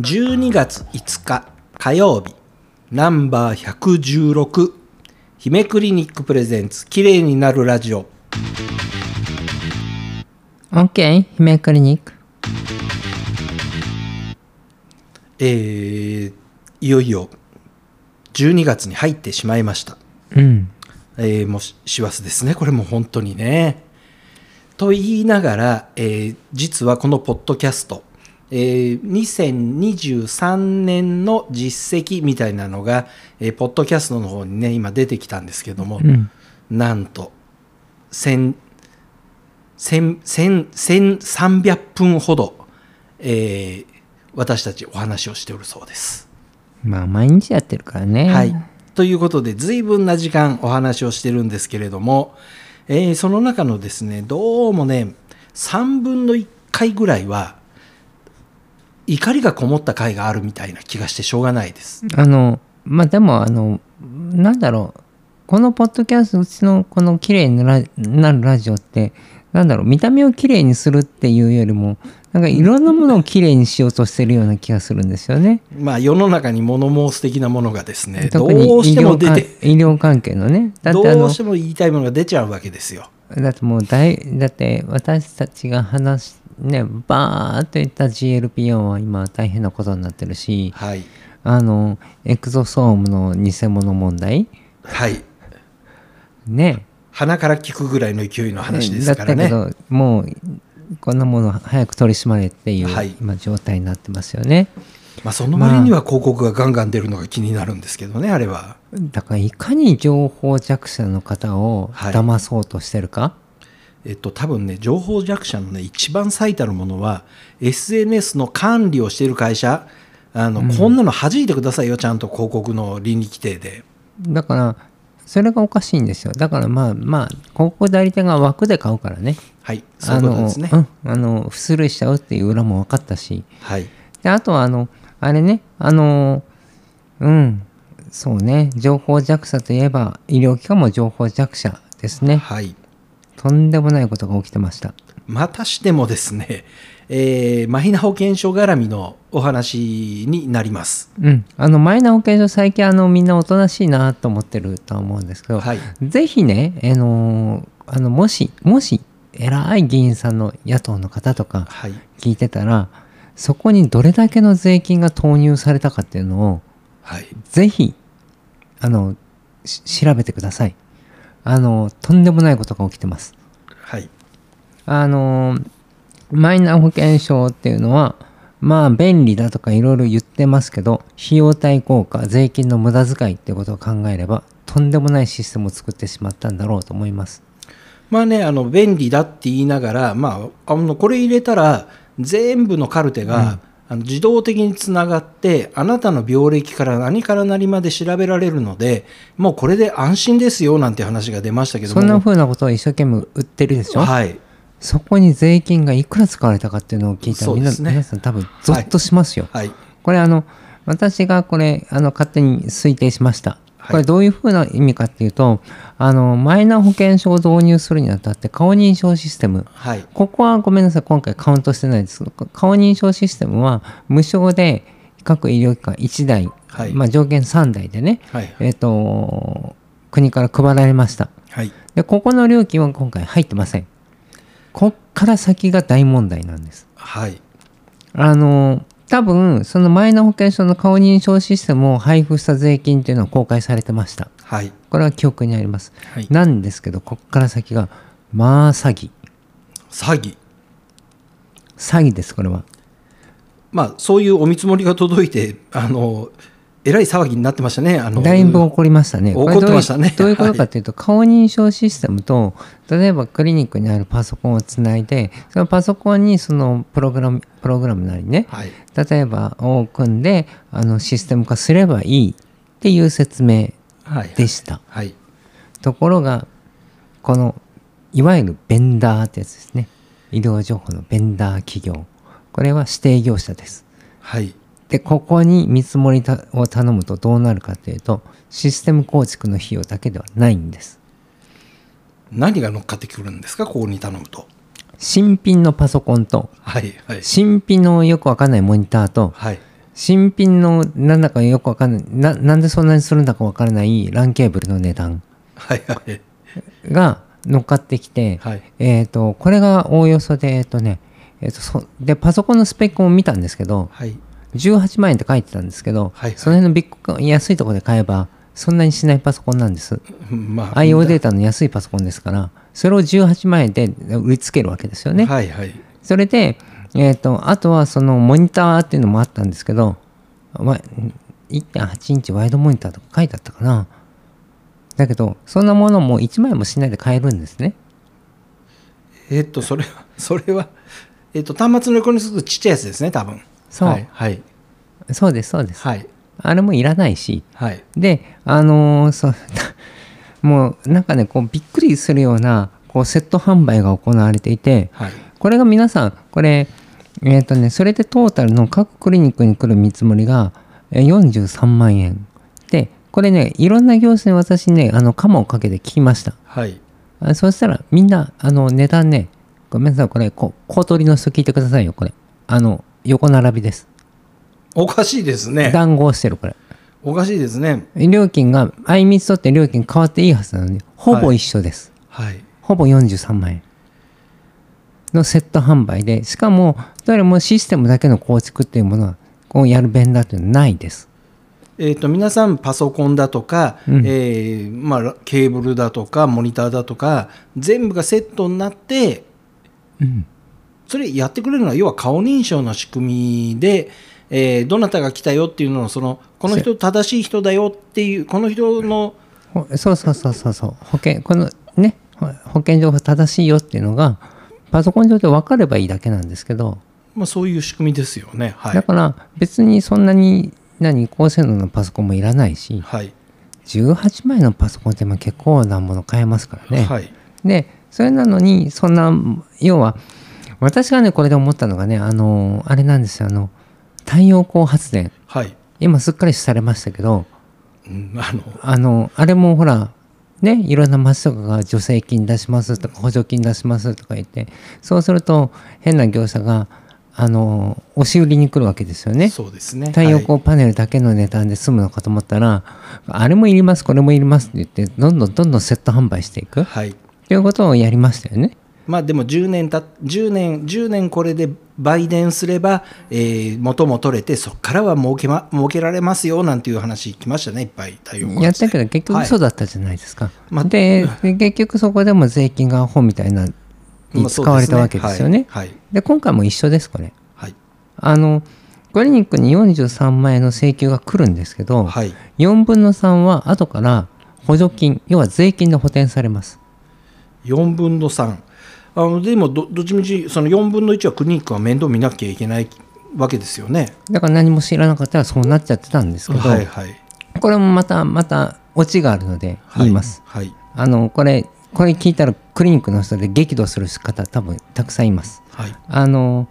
12月5日火曜日ナンバー116姫クリニックプレゼンツ綺麗になるラジオ OK 姫クリニックえー、いよいよ12月に入ってしまいましたうんえー、もうし師走ですねこれも本当にね。と言いながら、えー実はこのポッドキャスト、えー2023年の実績みたいなのが、えーポッドキャストの方にね今出てきたんですけども、うんなんと1000 1000 1000 1300分ほど、えー私たちお話をしておるそうです。まあ毎日やってるからねはい。ということで、随分な時間お話をしてるんですけれども、えーその中のですね、どうもね、3分の1回ぐらいは、怒りがこもった回があるみたいな気がしてしょうがないです。あのまあでもあのなんだろうこのポッドキャストうちのこの綺麗になるなるラジオってなんだろう見た目を綺麗にするっていうよりもなんかいろんなものを綺麗にしようとしてるような気がするんですよね。まあ、世の中に物申す的なものがですね、ど特にうし医ても療出関て、医療関係のね。だってあどのうしても言いたいものが出ちゃうわけですよ。だってもうだいだって私たちが話しねバーっといった GLP-4 は今大変なことになってるしはい。あのエクゾソームの偽物問題はい。ね鼻から聞くぐらいの勢いの話ですからね。だったけどもうこんなもの早く取り締まれっていう、はい今状態になってますよねまあ、その割には広告がガンガン出るのが気になるんですけどね、あれは。だからいかに情報弱者の方をはい騙そうとしてるか、えっと、多分ね、情報弱者のね、一番最たるものは、SNS の管理をしている会社、あの、こんなの弾いてくださいよ、ちゃんと広告の倫理規定で。だからそれがおかしいんですよだからまあまあ広告代理店が枠で買うからねはい、そういうことですねあ。のうん、あの不スルーしちゃうっていう裏も分かったしはい。であとはあのあれねあのうんそうね情報弱者といえば医療機関も情報弱者ですねはい。とんでもないことが起きてましたまたしてもですね、えー、マイナ保険証絡みのお話になります。うんあのマイナ保険証最近あのみんなおとなしいなと思ってるとは思うんですけど、はい。ぜひね、あのあのもしもし偉い議員さんの野党の方とかはい。聞いてたらそこにどれだけの税金が投入されたかっていうのをはい。ぜひあのし調べてくださいあのとんでもないことが起きてますはい。あのマイナ保険証っていうのはまあ便利だとかいろいろ言ってますけど費用対効果税金の無駄遣いってことを考えればとんでもないシステムを作ってしまったんだろうと思いますまあね、あの便利だって言いながら、まあ、あのこれ入れたら全部のカルテが、あの自動的につながってあなたの病歴から何から何まで調べられるのでもうこれで安心ですよなんて話が出ましたけどもそんな風なことを一生懸命売ってるでしょはい、そこに税金がいくら使われたかっていうのを聞いたらそうみんでなすね皆さん多分ゾッとしますよ、はい、これあの私がこれあの勝手に推定しましたはいこれどういうふうな意味かっていうと、あのマイナ保険証を導入するにあたって顔認証システムはい、ここはごめんなさい今回カウントしてないですけど顔認証システムは無償で各医療機関1台、はいまあ、上限3台でね、はい、えっと国から配られましたはい、でここの料金は今回入ってませんこっから先が大問題なんですはい、あの多分そのマイナ保険証の顔認証システムを配布した税金っていうのは公開されてましたはい、これは記憶にあります、はいなんですけどこっから先がまあ詐欺詐欺、詐欺ですこれはまあ、そういうお見積もりが届いて、あのえらい騒ぎになってましたね、あのだいぶ怒りましたね怒これどういってましたねどういうことかというと、顔認証システムと例えばクリニックにあるパソコンをつないでそのパソコンにそのプログラムプログラムなりね、はい、例えばを組んであのシステム化すればいいっていう説明はい、でしたはい、ところがこのいわゆるベンダーってやつですね医療情報のベンダー企業これは指定業者ですはい、でここに見積もりたを頼むとどうなるかというとシステム構築の費用だけではないんです何が乗っかってくるんですか、ここに頼むと。新品のパソコンとはい、はい、新品のよくわかんないモニターとはい、新品のなんだかよくわかんないななんでそんなにするんだかわからない LAN ケーブルの値段はいはいが乗っかってきて、はいえー、とこれがおおよそでえっ、とね、えー、とそでパソコンのスペックも見たんですけどはい18万円って書いてたんですけど、はいはいその辺のビッグ安いところで買えばそんなにしないパソコンなんですま IO デーータの安いパソコンですからそれを18万円で売りつけるわけですよね、はいはいそれで、えー、とあとはそのモニターっていうのもあったんですけどわ1.8インチワイドモニターとか書いてあったかなだけどそんなものも1万円もしないで買えるんですねえっとそれはそれはえっと端末の横にするとちっちゃいやつですね多分そうはいはいそうですそうです、はいあれもいらないしはいであのーそう もうなんかねこうびっくりするようなこうセット販売が行われていてはいこれが皆さんこれえっ、とねそれでトータルの各クリニックに来る見積もりがえー43万円でこれねいろんな業種に私ねあのカモをかけて聞きましたはいあそうしたらみんなあの値段ねごめんなさいこれこ小鳥の人聞いてくださいよこれあの横並びですおかしいですね談合してるこれおかしいですね料金があいみつとって料金変わっていいはずなのにほぼ一緒です、はいほぼ43万円のセット販売でしかもどれもシステムだけの構築っていうものはこうやるベンダーっていうのはないですえー、と皆さんパソコンだとか、うんえーまあ、ケーブルだとかモニターだとか全部がセットになってうんそれやってくれるのは要は顔認証の仕組みで、えーどなたが来たよっていうのをそのこの人正しい人だよっていうこの人のほそうそうそうそうそう保険このねほ保険情報正しいよっていうのがパソコン上で分かればいいだけなんですけど、まあ、そういう仕組みですよね。はだい、から別にそんなに何高性能のパソコンもいらないしはい18万円のパソコンってまあ結構なもの買えますからね、はいでそれなのにそんな要は私がねこれで思ったのがねあのあれなんですよあの太陽光発電はい今すっかりされましたけどうんあのあのあれもほらねいろんな町とかが助成金出しますとか補助金出しますとか言ってそうすると変な業者があの押し売りに来るわけですよね。そうですね太陽光パネルだけの値段で済むのかと思ったら、あれもいりますこれもいりますって言ってどんどんどんどんセット販売していくっはい、はいていうことをやりましたよね。まあでも10年た10年10年これで売電すれば、えー元も取れてそこからは儲けま儲けられますよなんていう話来ましたねいっぱい太陽光やったけど結は局い嘘だったじゃないですか、までで結局そこでも税金がアホみたいなに使われたわけですよね。まあそうですねで今回も一緒ですこれはいあのクリニックに43万円の請求が来るんですけど、はい、はい4分の3は後から補助金要は税金で補填されます4分の3あのでもどどっちみちその4分の1はクリニックは面倒見なきゃいけないわけですよねだから何も知らなかったらそうなっちゃってたんですけど、はいはいこれもまたまたオチがあるので言います、はいあのこれこれ聞いたらクリニックの人で激怒する方多分たくさんいますはいあの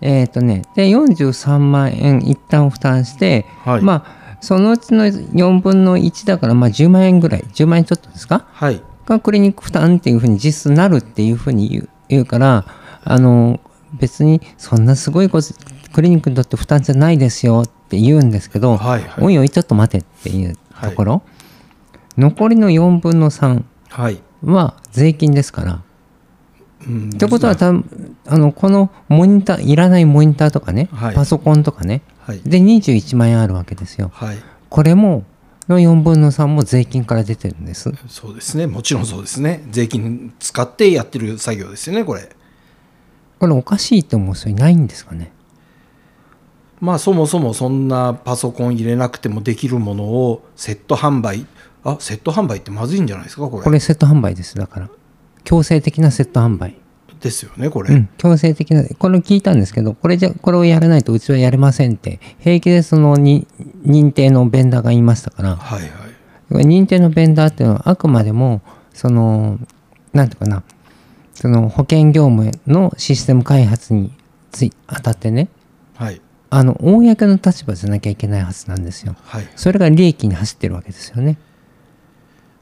えっ、とねで43万円一旦負担して、はいまあそのうちの4分の1だからまあ10万円ぐらい10万円ちょっとですかはいがクリニック負担っていうふうに実質なるっていうふうに言う言うからあの別にそんなすごいことクリニックにとって負担じゃないですよって言うんですけど、はいおはいいおいちょっと待てっていうところ、残りの4分の3はいは税金ですから。うんってことは多分あのこのモニターいらないモニターとかね、はいパソコンとかねはいで21万円あるわけですよはいこれもの4分の3も税金から出てるんですそうですね、もちろんそうですね、税金使ってやってる作業ですよね、これ。これおかしいと思う人いないんですかねまあ、そもそもそんなパソコン入れなくてもできるものをセット販売、あセット販売ってまずいんじゃないですか、これ。これセット販売ですだから強制的なセット販売ですよね、これ。うん強制的なこれ聞いたんですけどこれじゃこれをやらないとうちはやれませんって平気でそのに認定のベンダーが言いましたからはいはい。認定のベンダーっていうのはあくまでもそのなんていうかなその保険業務のシステム開発につい当たってねはいあの公の立場じゃなきゃいけないはずなんですよ。はいそれが利益に走ってるわけですよね。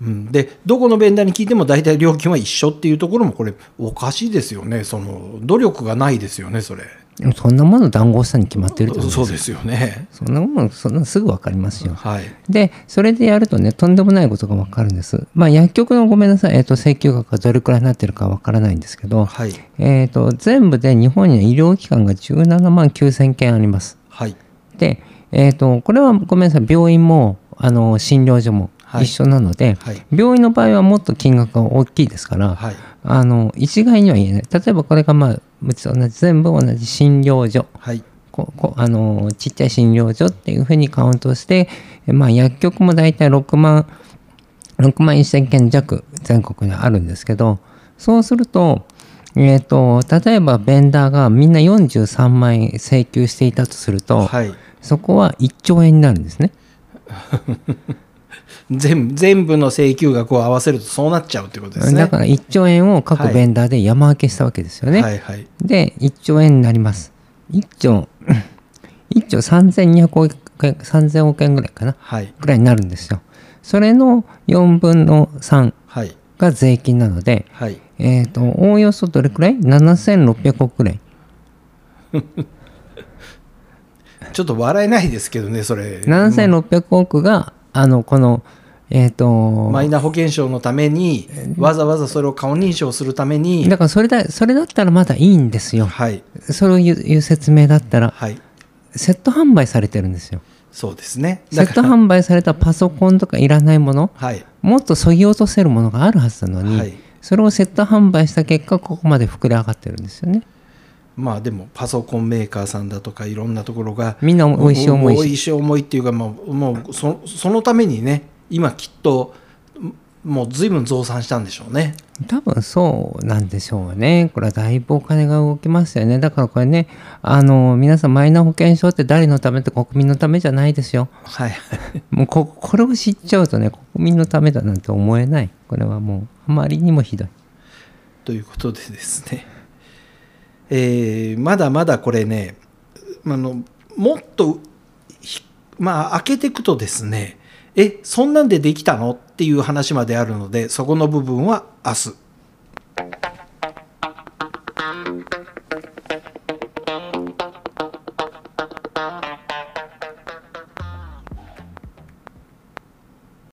うん、でどこのベンダーに聞いても大体料金は一緒っていうところもこれおかしいですよねその努力がないですよねそれでもそんなもの談合したに決まってると思うんそうすですよね。そんなものそんなすぐ分かりますよはい。でそれでやるとねとんでもないことが分かるんですまあ薬局のごめんなさい、えー、と請求額がどれくらいになってるか分からないんですけど、はい。えー、と全部で日本には医療機関が17万9000件ありますはい。で、えー、とこれはごめんなさい病院もあの診療所もはい一緒なので、はい。病院の場合はもっと金額が大きいですから、はい。あの一概には言えない例えばこれがまあうちと同じ全部同じ診療所はい。ここあのちっちゃい診療所っていうふうにカウントして、まあ、薬局も大体6万6万1000件弱全国にあるんですけどそうすると,、えー、と例えばベンダーがみんな43万円請求していたとすると、はい。そこは1兆円になるんですね。全全部の請求額を合わせるとそうなっちゃうってことですね。だから1兆円を各ベンダーで山分けしたわけですよね。はいはい。で1兆円になります1兆1兆3200億円3000億円ぐらいかなはい。ぐらいになるんですよそれの4分の3はい。が税金なのではい。えっ、とおおよそどれくらい7600億ぐらいちょっと笑えないですけどね、それ。 7600億があのこのえっ、とマイナ保険証のために、わざわざそれを顔認証するためにだ、からそれだそれだったらまだいいんですよはい。それを言う言う説明だったらはい。セット販売されてるんですよそうですね。セット販売されたパソコンとかいらないものはい。もっとそぎ落とせるものがあるはずなのに、はいそれをセット販売した結果ここまで膨れ上がってるんですよねまあでもパソコンメーカーさんだとかいろんなところがみんな美味しい思い美し味しい思いっていうかもうもうそそのためにね今きっともう随分増産したんでしょうね多分そうなんでしょうねこれはだいぶお金が動きましたよねだからこれねあの皆さんマイナ保険証って誰のためって国民のためじゃないですよはいもうここれを知っちゃうとね国民のためだなんて思えないこれはもうあまりにもひどいということでですね、 えーまだまだこれねあのもっとひまあ開けていくとですねえそんなんでできたのっていう話まであるのでそこの部分は明日